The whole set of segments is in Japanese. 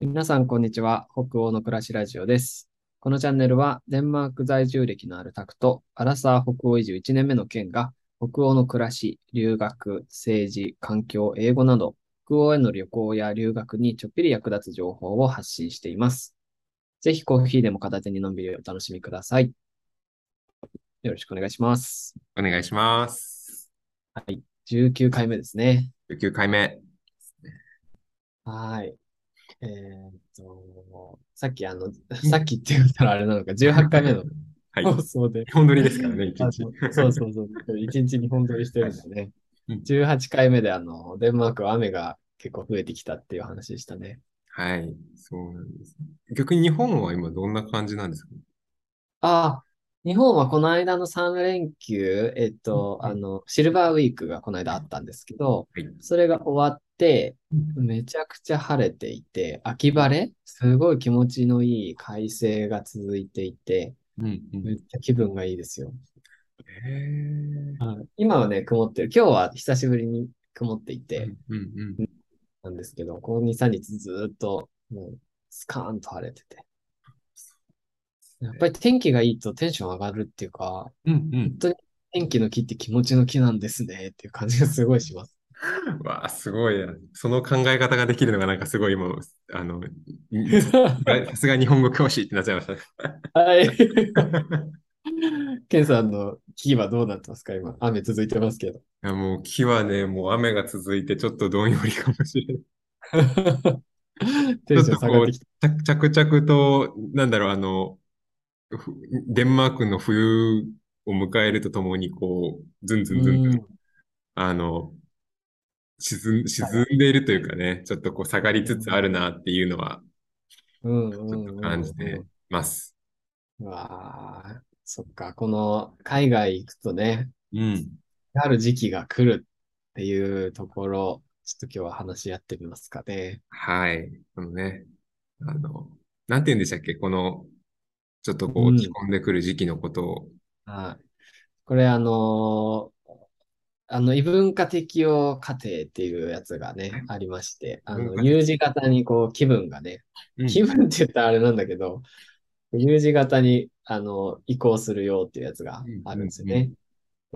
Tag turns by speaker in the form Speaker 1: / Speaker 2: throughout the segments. Speaker 1: 皆さん、こんにちは。北欧の暮らしラジオです。このチャンネルは、デンマーク在住歴のあるタクと、アラサー北欧移住1年目の県が、北欧の暮らし、留学、政治、環境、英語など、北欧への旅行や留学にちょっぴり役立つ情報を発信しています。ぜひコーヒーでも片手にのんびりお楽しみください。よろしくお願いします。
Speaker 2: お願いします。
Speaker 1: はい。19回目ですね。
Speaker 2: 19回目。
Speaker 1: はい。えー、っと、さっきあの、さっきって言ったらあれなのか、18回目の放送で。はい、
Speaker 2: 本撮りですからね、1
Speaker 1: 日。そうそうそう。1日に本撮りしてるんだね。18回目であの、デンマークは雨が結構増えてきたっていう話でしたね。
Speaker 2: はい、そうなんです。逆に日本は今どんな感じなんですか
Speaker 1: ああ、日本はこの間の3連休、えっと、うん、あの、シルバーウィークがこの間あったんですけど、はい、それが終わって、めちゃくちゃ晴れていて、秋晴れすごい気持ちのいい快晴が続いていて、うんうん、めっちゃ気分がいいですよ。今はね、曇ってる。今日は久しぶりに曇っていて、なんですけど、この2、3日ずっと、もう、スカーンと晴れてて。やっぱり天気がいいとテンション上がるっていうか、
Speaker 2: うんうん、
Speaker 1: 本当に天気の木って気持ちの木なんですねっていう感じがすごいします。
Speaker 2: わあ、すごいな。その考え方ができるのがなんかすごい今、あの、 さすが日本語教師ってなっちゃいました、ね。
Speaker 1: はい。ケンさんの木はどうなってますか今、雨続いてます けど。い
Speaker 2: やもう木はね、もう雨が続いてちょっとどんよりかもしれない。テンション下がってきた。着々と、なんだろう、あの、デンマークの冬を迎えるとともに、こう、ずんずんずんずん、あの、沈んでいるというかね、ちょっとこう下がりつつあるなっていうのは、ちょっと感じてます。
Speaker 1: わあ、そっか、この海外行くとね、
Speaker 2: うん。
Speaker 1: ある時期が来るっていうところ、ちょっと今日は話し合ってみますかね。
Speaker 2: はい。このね、あの、なんて言うんでしたっけ、この、ちょっとこう落ち込んでくる時期のことを。
Speaker 1: うん、はい。これあのー、あの、異文化適用過程っていうやつがね、ありまして、あの、U 字型にこう気分がね、うん、気分って言ったらあれなんだけど、U 字型にあの移行するよっていうやつがあるんですよね。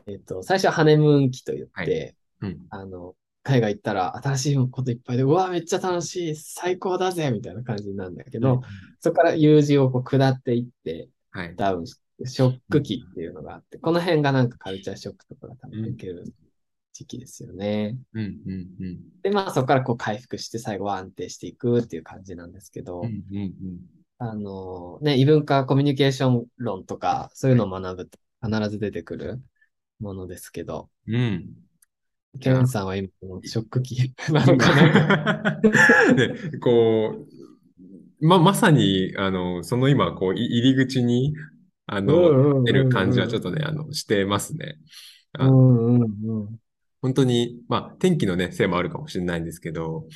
Speaker 1: えっと、最初はハネムーン期と言って、はいうん、あの、海外行ったら新しいこといっぱいで、うわ、めっちゃ楽しい、最高だぜみたいな感じなんだけど、うん、そこから U 字をこう下っていって、
Speaker 2: はい、
Speaker 1: ダウンして、ショック期っていうのがあって、この辺がなんかカルチャーショックとかが多分受ける時期ですよね。で、まあそこからこう回復して最後は安定していくっていう感じなんですけど、あの、ね、異文化コミュニケーション論とか、そういうのを学ぶと必ず出てくるものですけど、
Speaker 2: うん。
Speaker 1: ケンさんは今、ショック期なのかな
Speaker 2: ね、こう、ま、まさに、あの、その今、こう、入り口に、あの、出る感じはちょっとね、あの、してますね。本当に、まあ、天気のね、せいもあるかもしれないんですけど、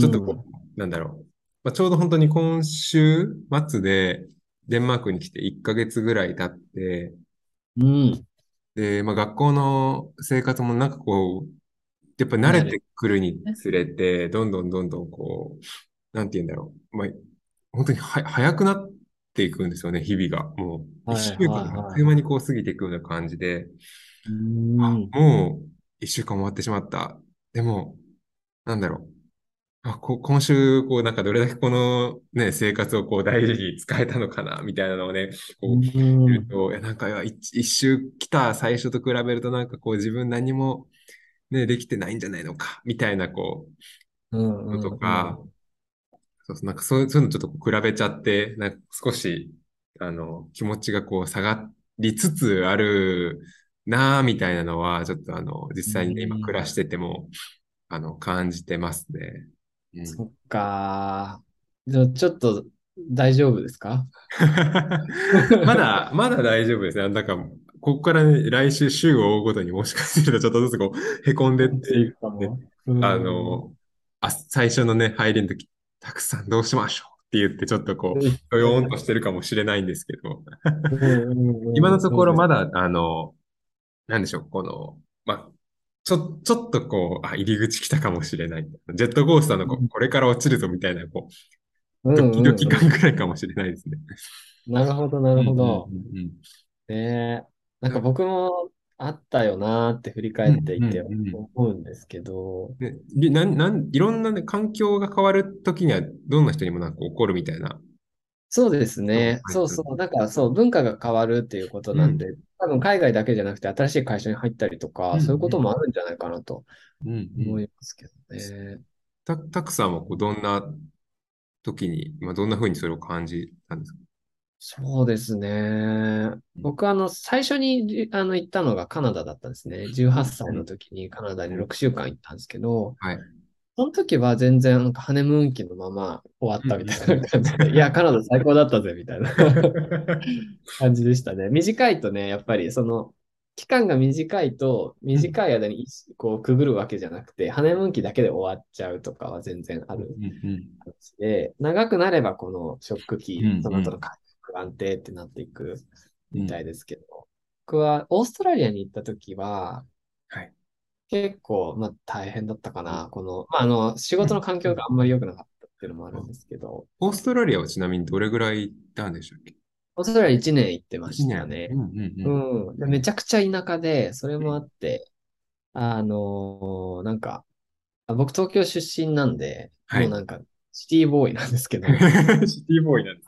Speaker 2: ちょっとこう、うん、なんだろう、まあ、ちょうど本当に今週末でデンマークに来て1ヶ月ぐらい経って、
Speaker 1: うん、
Speaker 2: で、まあ、学校の生活もなんかこう、やっぱ慣れてくるにつれて、どんどんどんどんこう、なんて言うんだろう。まあ、本当には早くなっていくんですよね、日々が。もう、一週間あっという間にこう過ぎていくような感じで、もう一週間終わってしまった。でも、なんだろう。あこ今週、こう、なんかどれだけこのね、生活をこう大事に使えたのかな、みたいなのをね、こう、見ると、いやなんか一一周来た最初と比べると、なんかこう自分何もね、できてないんじゃないのか、みたいな、こう、のとか、そうそう、なんかそうそういうのちょっと比べちゃって、なんか少し、あの、気持ちがこう下がりつつあるなぁ、みたいなのは、ちょっとあの、実際にね、今暮らしてても、あの、感じてますね。
Speaker 1: うん、そっか。じゃちょっと大丈夫ですか
Speaker 2: まだ、まだ大丈夫ですね。なんか、ここからね、来週週を追うごとにもしかするとちょっとずつこう、へこんでっていうか、ね、うん、あのあ、最初のね、入りの時、たくさんどうしましょうって言って、ちょっとこう、ドヨーンとしてるかもしれないんですけど、今のところまだ、あの、なんでしょう、この、まあ、ちょ、ちょっとこう、あ、入り口来たかもしれない。ジェットコースターのここれから落ちるぞみたいな、こう、
Speaker 1: うん
Speaker 2: ドキドキ
Speaker 1: うん
Speaker 2: 感ぐらいかもしれないですね。
Speaker 1: うんなるほど、なるほど。
Speaker 2: うんうんうん
Speaker 1: ねえ、なんか僕もあったよなーって振り返っていて
Speaker 2: うんうんうん
Speaker 1: 思うんですけど、
Speaker 2: ねでなんなんいろんな、ね、環境が変わるときには、どんな人にもなんか起こるみたいな。
Speaker 1: そうですね。
Speaker 2: そ
Speaker 1: そうう
Speaker 2: そう
Speaker 1: そう。だからそう、文化が変わるっていうことなんで、多分海外だけじゃなくて新しい会社に入ったりと
Speaker 2: うんう
Speaker 1: か、
Speaker 2: ん
Speaker 1: そういうこともあるんじゃないかなと
Speaker 2: うん
Speaker 1: 思
Speaker 2: うん
Speaker 1: いますけどね。
Speaker 2: たたくさんはこうどんな時に、まあ、どんな風にそれを感じたんですか
Speaker 1: そうですね。僕あの、最初にじあの行ったのがカナダだったんですね。18歳の時にカナダに6週間行ったんですけど、
Speaker 2: はい。
Speaker 1: その時は全然なんかハネムーン期のまま終わったみたいな感じ で、いや、カナダ最高だったぜみたいな感じでしたね。短いとね、やっぱりその、期間が短いと、短い間に一こうくぐるわけじゃなくて、ハネムーン期だけで終わっちゃうとかは全然ある
Speaker 2: うんうん
Speaker 1: 感じで、長くなればこのショック期
Speaker 2: うんうん、
Speaker 1: その後の回復安定ってなっていく
Speaker 2: うん
Speaker 1: みたいですけど、僕はオーストラリアに行った時は、
Speaker 2: はい
Speaker 1: 結構、まあ、大変だったかな。この、まあ、あの、仕事の環境があんまり良くなかったっていうのもあるんですけど、
Speaker 2: オーストラリアはちなみにどれぐらい行ったんでしたっけ
Speaker 1: オーストラリア1年行ってましたね
Speaker 2: う。んうん
Speaker 1: う
Speaker 2: うん。
Speaker 1: ん。でめちゃくちゃ田舎で、それもあって、あのーなんか、あ僕東京出身なんで、
Speaker 2: はい
Speaker 1: もうなんか、シティボーイなんです けど、
Speaker 2: シティボーイなんです。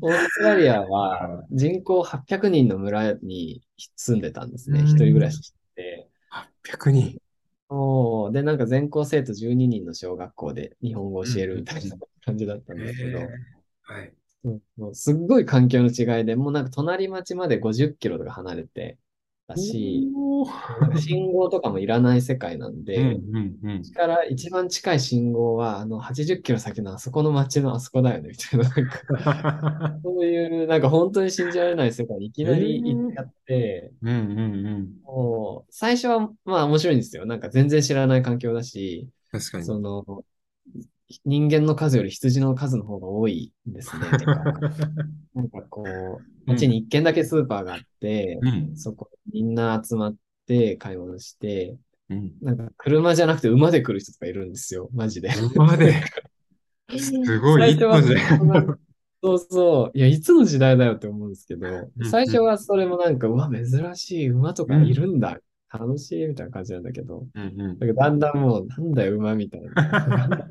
Speaker 1: オーストラリアは人口800人の村に住んでたんですね。
Speaker 2: うん
Speaker 1: 一人暮らししてて。
Speaker 2: 800人。
Speaker 1: そう。で、なんか全校生徒12人の小学校で日本語を教えるみたいな感じだったんだけど、
Speaker 2: はい。
Speaker 1: うんもうすっごい環境の違いで、もうなんか隣町まで50キロとか離れてたし、
Speaker 2: おー
Speaker 1: なんか信号とかもいらない世界なん
Speaker 2: うん
Speaker 1: で、
Speaker 2: うん うん
Speaker 1: うちから一番近い信号は、あの、80キロ先のあそこの町のあそこだよね、みたいな、なんか、そういう、なんか本当に信じられない世界にいきなり行っちゃって、
Speaker 2: うんうんうん。
Speaker 1: もう、最初は、まあ面白いんですよ。なんか全然知らない環境だし、
Speaker 2: 確かに。
Speaker 1: その、人間の数より羊の数の方が多いんです ね。とかなんかこう、街に1軒だけスーパーがあって、
Speaker 2: うん
Speaker 1: そこみんな集まって買い物して、
Speaker 2: うん。
Speaker 1: なんか車じゃなくて馬で来る人とかいるんですよ、マジで。
Speaker 2: 馬で。すごい、
Speaker 1: 最初
Speaker 2: 一
Speaker 1: は
Speaker 2: 歩じゃ
Speaker 1: そんなそうそう。いや、いつの時代だよって思うんですけど、
Speaker 2: うん
Speaker 1: 最初はそれもなんか、うわ、珍しい馬とかいるんだ。楽しいみたいな感じなんだけど、
Speaker 2: うんうん
Speaker 1: だけどだんだんもう、なんだよ、馬みたいな。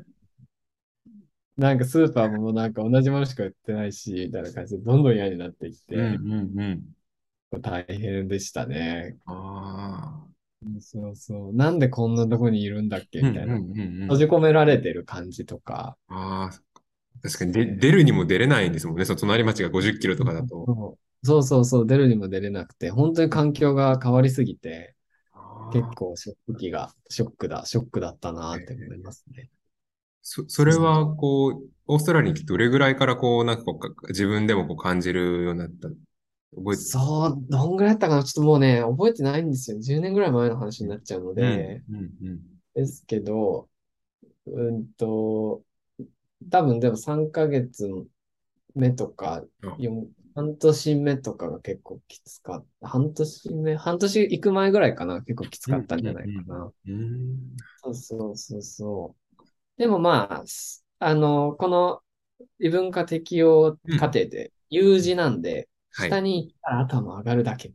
Speaker 1: なんかスーパーももうなんか同じものしか売ってないし、みたいな感じでどんどん嫌になってきて、
Speaker 2: うんうんうん。
Speaker 1: 大変でしたね。
Speaker 2: ああ。
Speaker 1: そうそう。なんでこんなとこにいるんだっけみたいな。
Speaker 2: うんうんうんうん
Speaker 1: 閉じ込められてる感じとか。
Speaker 2: ああ、そっか確かにで出るにも出れないんですもんね。その隣町が50キロとかだと。
Speaker 1: そうそうそうそう、出るにも出れなくて、本当に環境が変わりすぎて、結構ショック期が、ショックだ、ショックだったなって思いますね。
Speaker 2: そ、それは、こう、オーストラリアに来てどれぐらいから、こう、なんかこうか、自分でもこう感じるようになった。覚えて
Speaker 1: そう、どんぐらいだったかなちょっともうね、覚えてないんですよ。10年ぐらい前の話になっちゃうの
Speaker 2: うん
Speaker 1: で、
Speaker 2: うんうん
Speaker 1: ですけど、うんと、多分でも3ヶ月目とか
Speaker 2: あ、
Speaker 1: 四半年目とかが結構きつかった。半年目、半年行く前ぐらいかな、結構きつかったんじゃないか
Speaker 2: うん
Speaker 1: な。
Speaker 2: うーん。
Speaker 1: そうそうそうそう。でもまあ、すあの、この異文化適用過程で U 字なんで、
Speaker 2: はい
Speaker 1: 下に行ったら頭上がるだけ。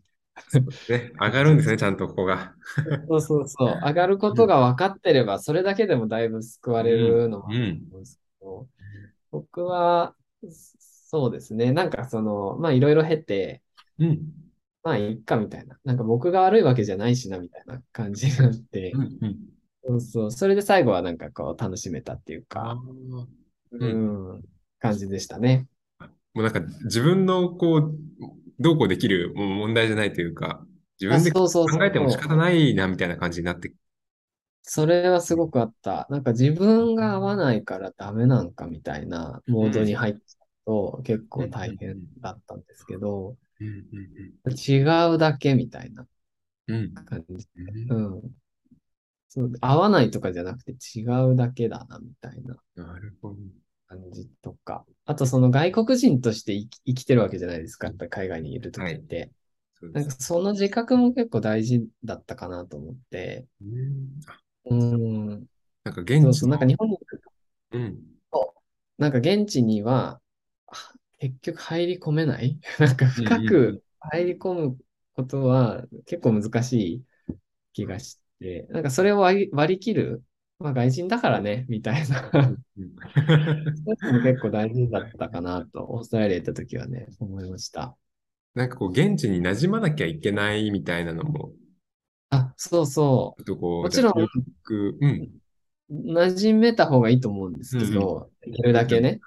Speaker 2: ね、上がるんですね、ちゃんとここが。
Speaker 1: そうそうそう。上がることが分かってれば、それだけでもだいぶ救われるのは
Speaker 2: うんうん
Speaker 1: 思うんですけど、僕は、そうですね。なんかその、まあいろいろ経て、
Speaker 2: うん。
Speaker 1: まあいっかみたいな。なんか僕が悪いわけじゃないしな、みたいな感じになって、
Speaker 2: うんうん。
Speaker 1: そうそう。それで最後はなんかこう楽しめたっていう
Speaker 2: あ
Speaker 1: か、
Speaker 2: あ。も
Speaker 1: うん、感じでしたね。
Speaker 2: うなんか、自分の、こう、どうこうできるもう問題じゃないというか、自分で
Speaker 1: あそうそうそう
Speaker 2: 考えても仕方ないな、みたいな感じになって。
Speaker 1: それはすごくあった。なんか自分が合わないからダメなんかみたいなモードに入っちゃうと結構大変だったんですけど、
Speaker 2: うん
Speaker 1: 違うだけみたいな
Speaker 2: うんうん。
Speaker 1: 感じ。
Speaker 2: うん
Speaker 1: うん。そう、合わないとかじゃなくて違うだけだなみたいな
Speaker 2: なるほど。
Speaker 1: 感じとか。あとその外国人として生き、生きてるわけじゃないですか。やっぱり海外にいる時って。
Speaker 2: そう
Speaker 1: な
Speaker 2: で
Speaker 1: んか
Speaker 2: す。
Speaker 1: その自覚も結構大事だったかなと思って。
Speaker 2: うんあ
Speaker 1: うん。
Speaker 2: なんか現
Speaker 1: そう
Speaker 2: 地
Speaker 1: そう。なん
Speaker 2: の
Speaker 1: か日本に
Speaker 2: うん。
Speaker 1: なんか現地には、は結局入り込めない なんか深く入り込むことは結構難しい気がして、なんかそれを割り割り切る、まあ外人だからね、みたいな。そういうのも結構大事だったかなと、オーストラリア行った時はね、思いました。
Speaker 2: なんかこう、現地に馴染まなきゃいけないみたいなのも、
Speaker 1: あ、そうそ
Speaker 2: ちょっとこう、
Speaker 1: もちろん
Speaker 2: 脱力うん。
Speaker 1: う。馴染めた方がいいと思うんですけど、できるだけね。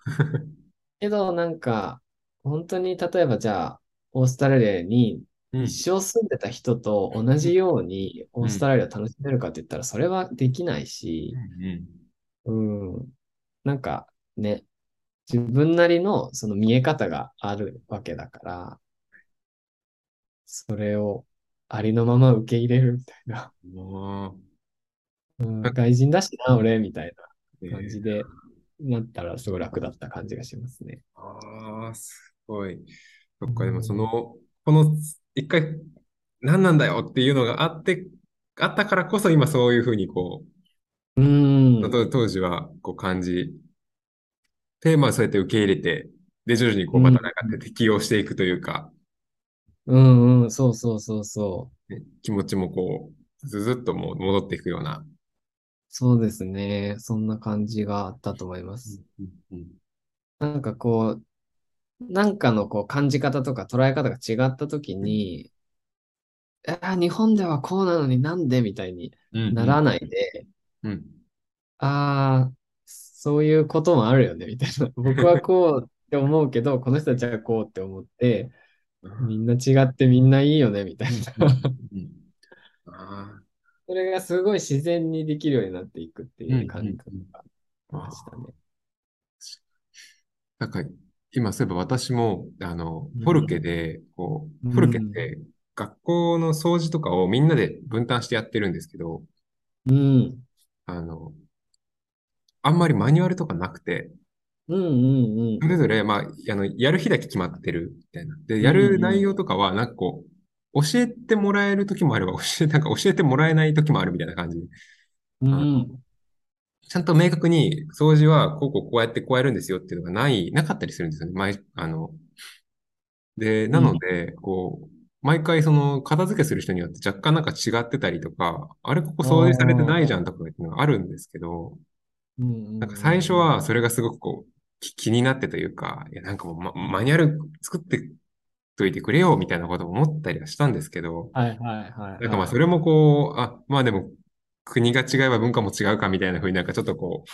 Speaker 1: けど、なんか、本当に例えばじゃあ、オーストラリアに
Speaker 2: うん
Speaker 1: 一生住んでた人と同じように
Speaker 2: ん
Speaker 1: オーストラリアを楽しめるかって言ったら、それはできないし、
Speaker 2: うん
Speaker 1: うん。なんかね、自分なりのその見え方があるわけだから、それをありのまま受け入れるみたいな。
Speaker 2: うん。あ
Speaker 1: う
Speaker 2: あ、
Speaker 1: ん、外人だしな、俺、みたい
Speaker 2: え
Speaker 1: な
Speaker 2: ー
Speaker 1: 感じで、なったらすごい楽だった感じがしますね。
Speaker 2: ああ、すごい。そっか、でもその、この一回、何なんだよっていうのがあって、あったからこそ今そういうふうにこ
Speaker 1: う
Speaker 2: う、
Speaker 1: ん。
Speaker 2: と当時はこう感じて、まあそうやって受け入れて、で、徐々にこうまたなんか適応していくというか、
Speaker 1: うんうん、そうそうそうそう。
Speaker 2: ね気持ちもこう、ずずっともう戻っていくような。
Speaker 1: そうですね。そんな感じがあったと思います。
Speaker 2: うん
Speaker 1: なんかこう、なんかのこう感じ方とか捉え方が違ったときに、あー、日本ではこうなのになんでみたいに
Speaker 2: うん
Speaker 1: ならないで、
Speaker 2: うん。
Speaker 1: ああ、そういうこともあるよね、みたいな。 僕はこうって思うけど、この人たちはこうって思って、みんな違ってみんないいよね、みたいな。
Speaker 2: うんあ
Speaker 1: それがすごい自然にできるようになっていくっていう感覚が
Speaker 2: ー
Speaker 1: ありましたね。
Speaker 2: なんか、今、そういえば私も、あの
Speaker 1: うん、
Speaker 2: フォルケで、こ
Speaker 1: う
Speaker 2: う、
Speaker 1: ん
Speaker 2: フォルケって、学校の掃除とかをみんなで分担してやってるんですけど、
Speaker 1: うん。
Speaker 2: あの、あんまりマニュアルとかなくて、
Speaker 1: うんうんうん
Speaker 2: そ。れぞれ、まあ、あの、やる日だけ決まってる、みたいな。で、やる内容とかは、なんかこう、教えてもらえる時もあれば、 教え、なんか教えてもらえない時もあるみたいな感じで。
Speaker 1: うん
Speaker 2: ちゃんと明確に、掃除はこうこうこうやってこうやるんですよっていうのがない、なかったりするんですよね。毎、あの。で、なので、こう、毎回その、片付けする人によって若干なんか違ってたりとか、あれここ掃除されてないじゃんとかっていうのがあるんですけど、
Speaker 1: うん。
Speaker 2: なんか最初はそれがすごくこう、き気になってというか、いやなんかもうマ、マニュアル作ってといてくれよみたいなことも思ったりはしたんですけど、
Speaker 1: はいはいはい。
Speaker 2: なんかまあそれもこう、あ、まあでも国が違えば文化も違うかみたいな風になんかちょっとこ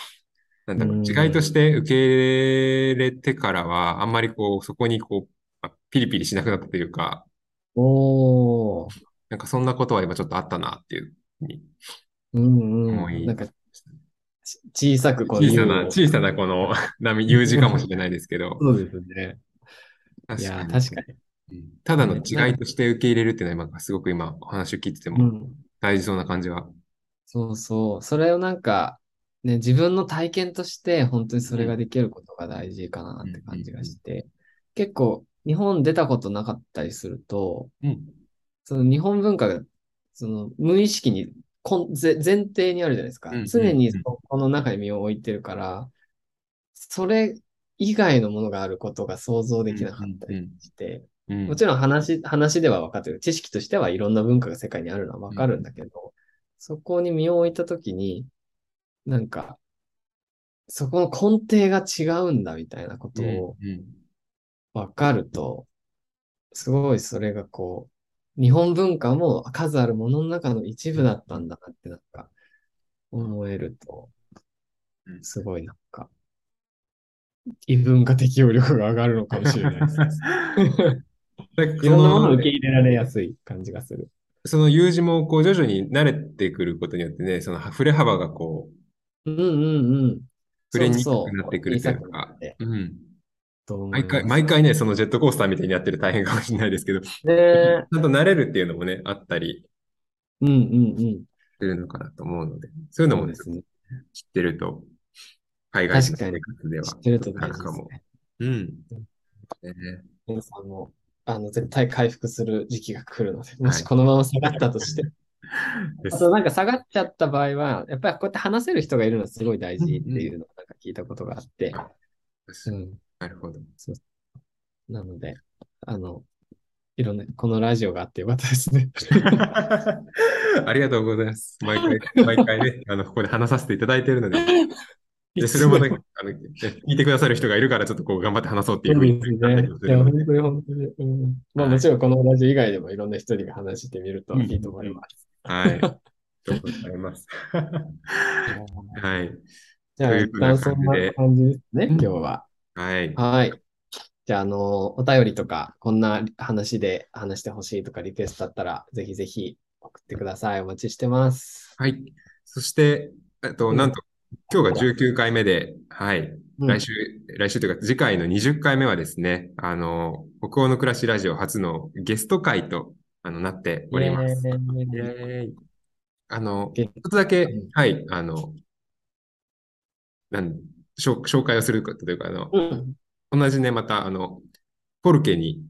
Speaker 2: う、なんだろ
Speaker 1: うん
Speaker 2: う、違いとして受け入れてからは、あんまりこう、そこにこう、あピリピリしなくなったというか、
Speaker 1: おー。
Speaker 2: なんかそんなことは今ちょっとあったなっていうふうに。
Speaker 1: うん
Speaker 2: もう
Speaker 1: う
Speaker 2: い
Speaker 1: ん。
Speaker 2: い
Speaker 1: なんか、ち小さくこう
Speaker 2: 小さな、
Speaker 1: 言う
Speaker 2: 小さなこの 波、U 字かもしれないですけど、
Speaker 1: そうですね。い
Speaker 2: 確
Speaker 1: やー、
Speaker 2: かに。
Speaker 1: 確かに。
Speaker 2: うんただの違いとして受け入れるっていうのは今、すごく今お話を聞いてて
Speaker 1: う
Speaker 2: も
Speaker 1: ん。
Speaker 2: 大事そうな感じは。
Speaker 1: そうそう。それをなんか、ね、自分の体験として、本当にそれができることが大事かなって感じがして、結構、日本出たことなかったりすると、
Speaker 2: うん。
Speaker 1: その日本文化が、その無意識にこんぜ前提にあるじゃないですか
Speaker 2: うんうんう。ん
Speaker 1: 常にそこの中に身を置いてるから、それ以外のものがあることが想像できなかったりして、
Speaker 2: うん。
Speaker 1: もちろん話、話では分かってる。知識としてはいろんな文化が世界にあるのは分かるんだけど、そこに身を置いたときに、なんか、そこの根底が違うんだみたいなことを、
Speaker 2: うんうん
Speaker 1: わかると、すごいそれがこう、日本文化も数あるものの中の一部だったんだなってなんか思えると
Speaker 2: う、ん
Speaker 1: すごいなんか、異文化適応力が上がるのかもしれない です。
Speaker 2: なんか
Speaker 1: いろんなもの
Speaker 2: そ
Speaker 1: を
Speaker 2: の
Speaker 1: 受け入れられやすい感じがする。
Speaker 2: その U 字もこう徐々に慣れてくることによってね、その触れ幅がこう、
Speaker 1: うんうんうん。
Speaker 2: 触れにく
Speaker 1: そうそう
Speaker 2: くなってくるというか
Speaker 1: 小さくなって、
Speaker 2: うん。
Speaker 1: と思い
Speaker 2: 毎回、
Speaker 1: ます
Speaker 2: 毎回ね、そのジェットコースターみたいになってる大変かもしれないですけど、ち
Speaker 1: ねえ
Speaker 2: ゃんと慣れるっていうのもね、あったり
Speaker 1: うんうんうん。
Speaker 2: するのかなと思うので、そういう
Speaker 1: そ
Speaker 2: のも
Speaker 1: う
Speaker 2: ね
Speaker 1: ですね。
Speaker 2: 知ってると、海外の
Speaker 1: 確かに
Speaker 2: 生活では
Speaker 1: 知ってると大
Speaker 2: な
Speaker 1: 事で
Speaker 2: んか
Speaker 1: す
Speaker 2: も
Speaker 1: ね。
Speaker 2: う。うん。ね
Speaker 1: 皆さんも、あの、絶対回復する時期が来るので、もしこのまま下がったとして。
Speaker 2: です
Speaker 1: あと、なんか下がっちゃった場合は、やっぱりこうやって話せる人がいるのはすごい大事っていうのをなんか聞いたことがあって、うん。
Speaker 2: なるほど。
Speaker 1: なので、あの、いろんな、このラジオがあってよかったですね。
Speaker 2: ありがとうございます。毎回、毎回ね、あの、ここで話させていただいてるので、 でそれもね、あの、ね聞いてくださる人がいるから、ちょっとこう、頑張って話そうっていうふう に
Speaker 1: そう
Speaker 2: なった
Speaker 1: で
Speaker 2: り
Speaker 1: す
Speaker 2: もす
Speaker 1: ね。いや、
Speaker 2: るの
Speaker 1: 本当
Speaker 2: で、
Speaker 1: に本当に。うん、まあもちろんこのラジオ以外でもいろんな人に話してみるといいと思います。
Speaker 2: はい。ありがとうございます。はい。
Speaker 1: じゃあ、一旦そんな感じですね、
Speaker 2: うん
Speaker 1: 今日は。
Speaker 2: はい。
Speaker 1: はい。じゃあ、あの、お便りとか、こんな話で話してほしいとか、リクエストあったら、ぜひぜひ送ってください。お待ちしてます。
Speaker 2: はい。そして、えっと、
Speaker 1: うん
Speaker 2: なんと、今日が19回目で、はい。
Speaker 1: うん
Speaker 2: 来週、来週というか次回の20回目はですね、あの、北欧の暮らしラジオ初のゲスト会とあのなっております。
Speaker 1: イエ
Speaker 2: イ
Speaker 1: ーイ
Speaker 2: エーイあの、
Speaker 1: ゲ
Speaker 2: 一
Speaker 1: スト
Speaker 2: つだけ
Speaker 1: うん、
Speaker 2: はい、あの、なん紹紹介をすることというか、あの、
Speaker 1: うん
Speaker 2: 同じね、また、あの、フォルケに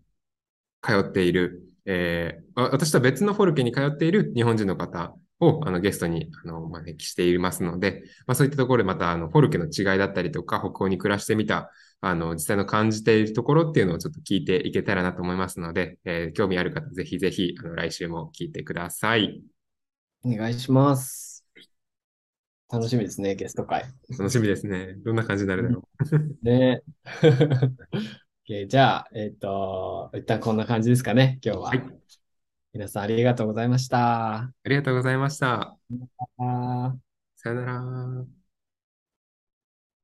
Speaker 2: 通っている、えーあ私とは別のフォルケに通っている日本人の方をあのゲストにあのお招きしていますので、まあ、そういったところでまたあのフォルケの違いだったりとか、北欧に暮らしてみた、あの、実際の感じているところっていうのをちょっと聞いていけたらなと思いますので、えー興味ある方、ぜひぜひ、あの、来週も聞いてください。
Speaker 1: お願いします。楽しみですね、ゲスト会。
Speaker 2: 楽しみですね。どんな感じになるだろ
Speaker 1: ね。OK じゃあ、えっ、と、一旦こんな感じですかね、今日
Speaker 2: う。
Speaker 1: は。
Speaker 2: はい。
Speaker 1: 皆さんありがとうございました。
Speaker 2: ありがとうございました。
Speaker 1: あー
Speaker 2: さよなら。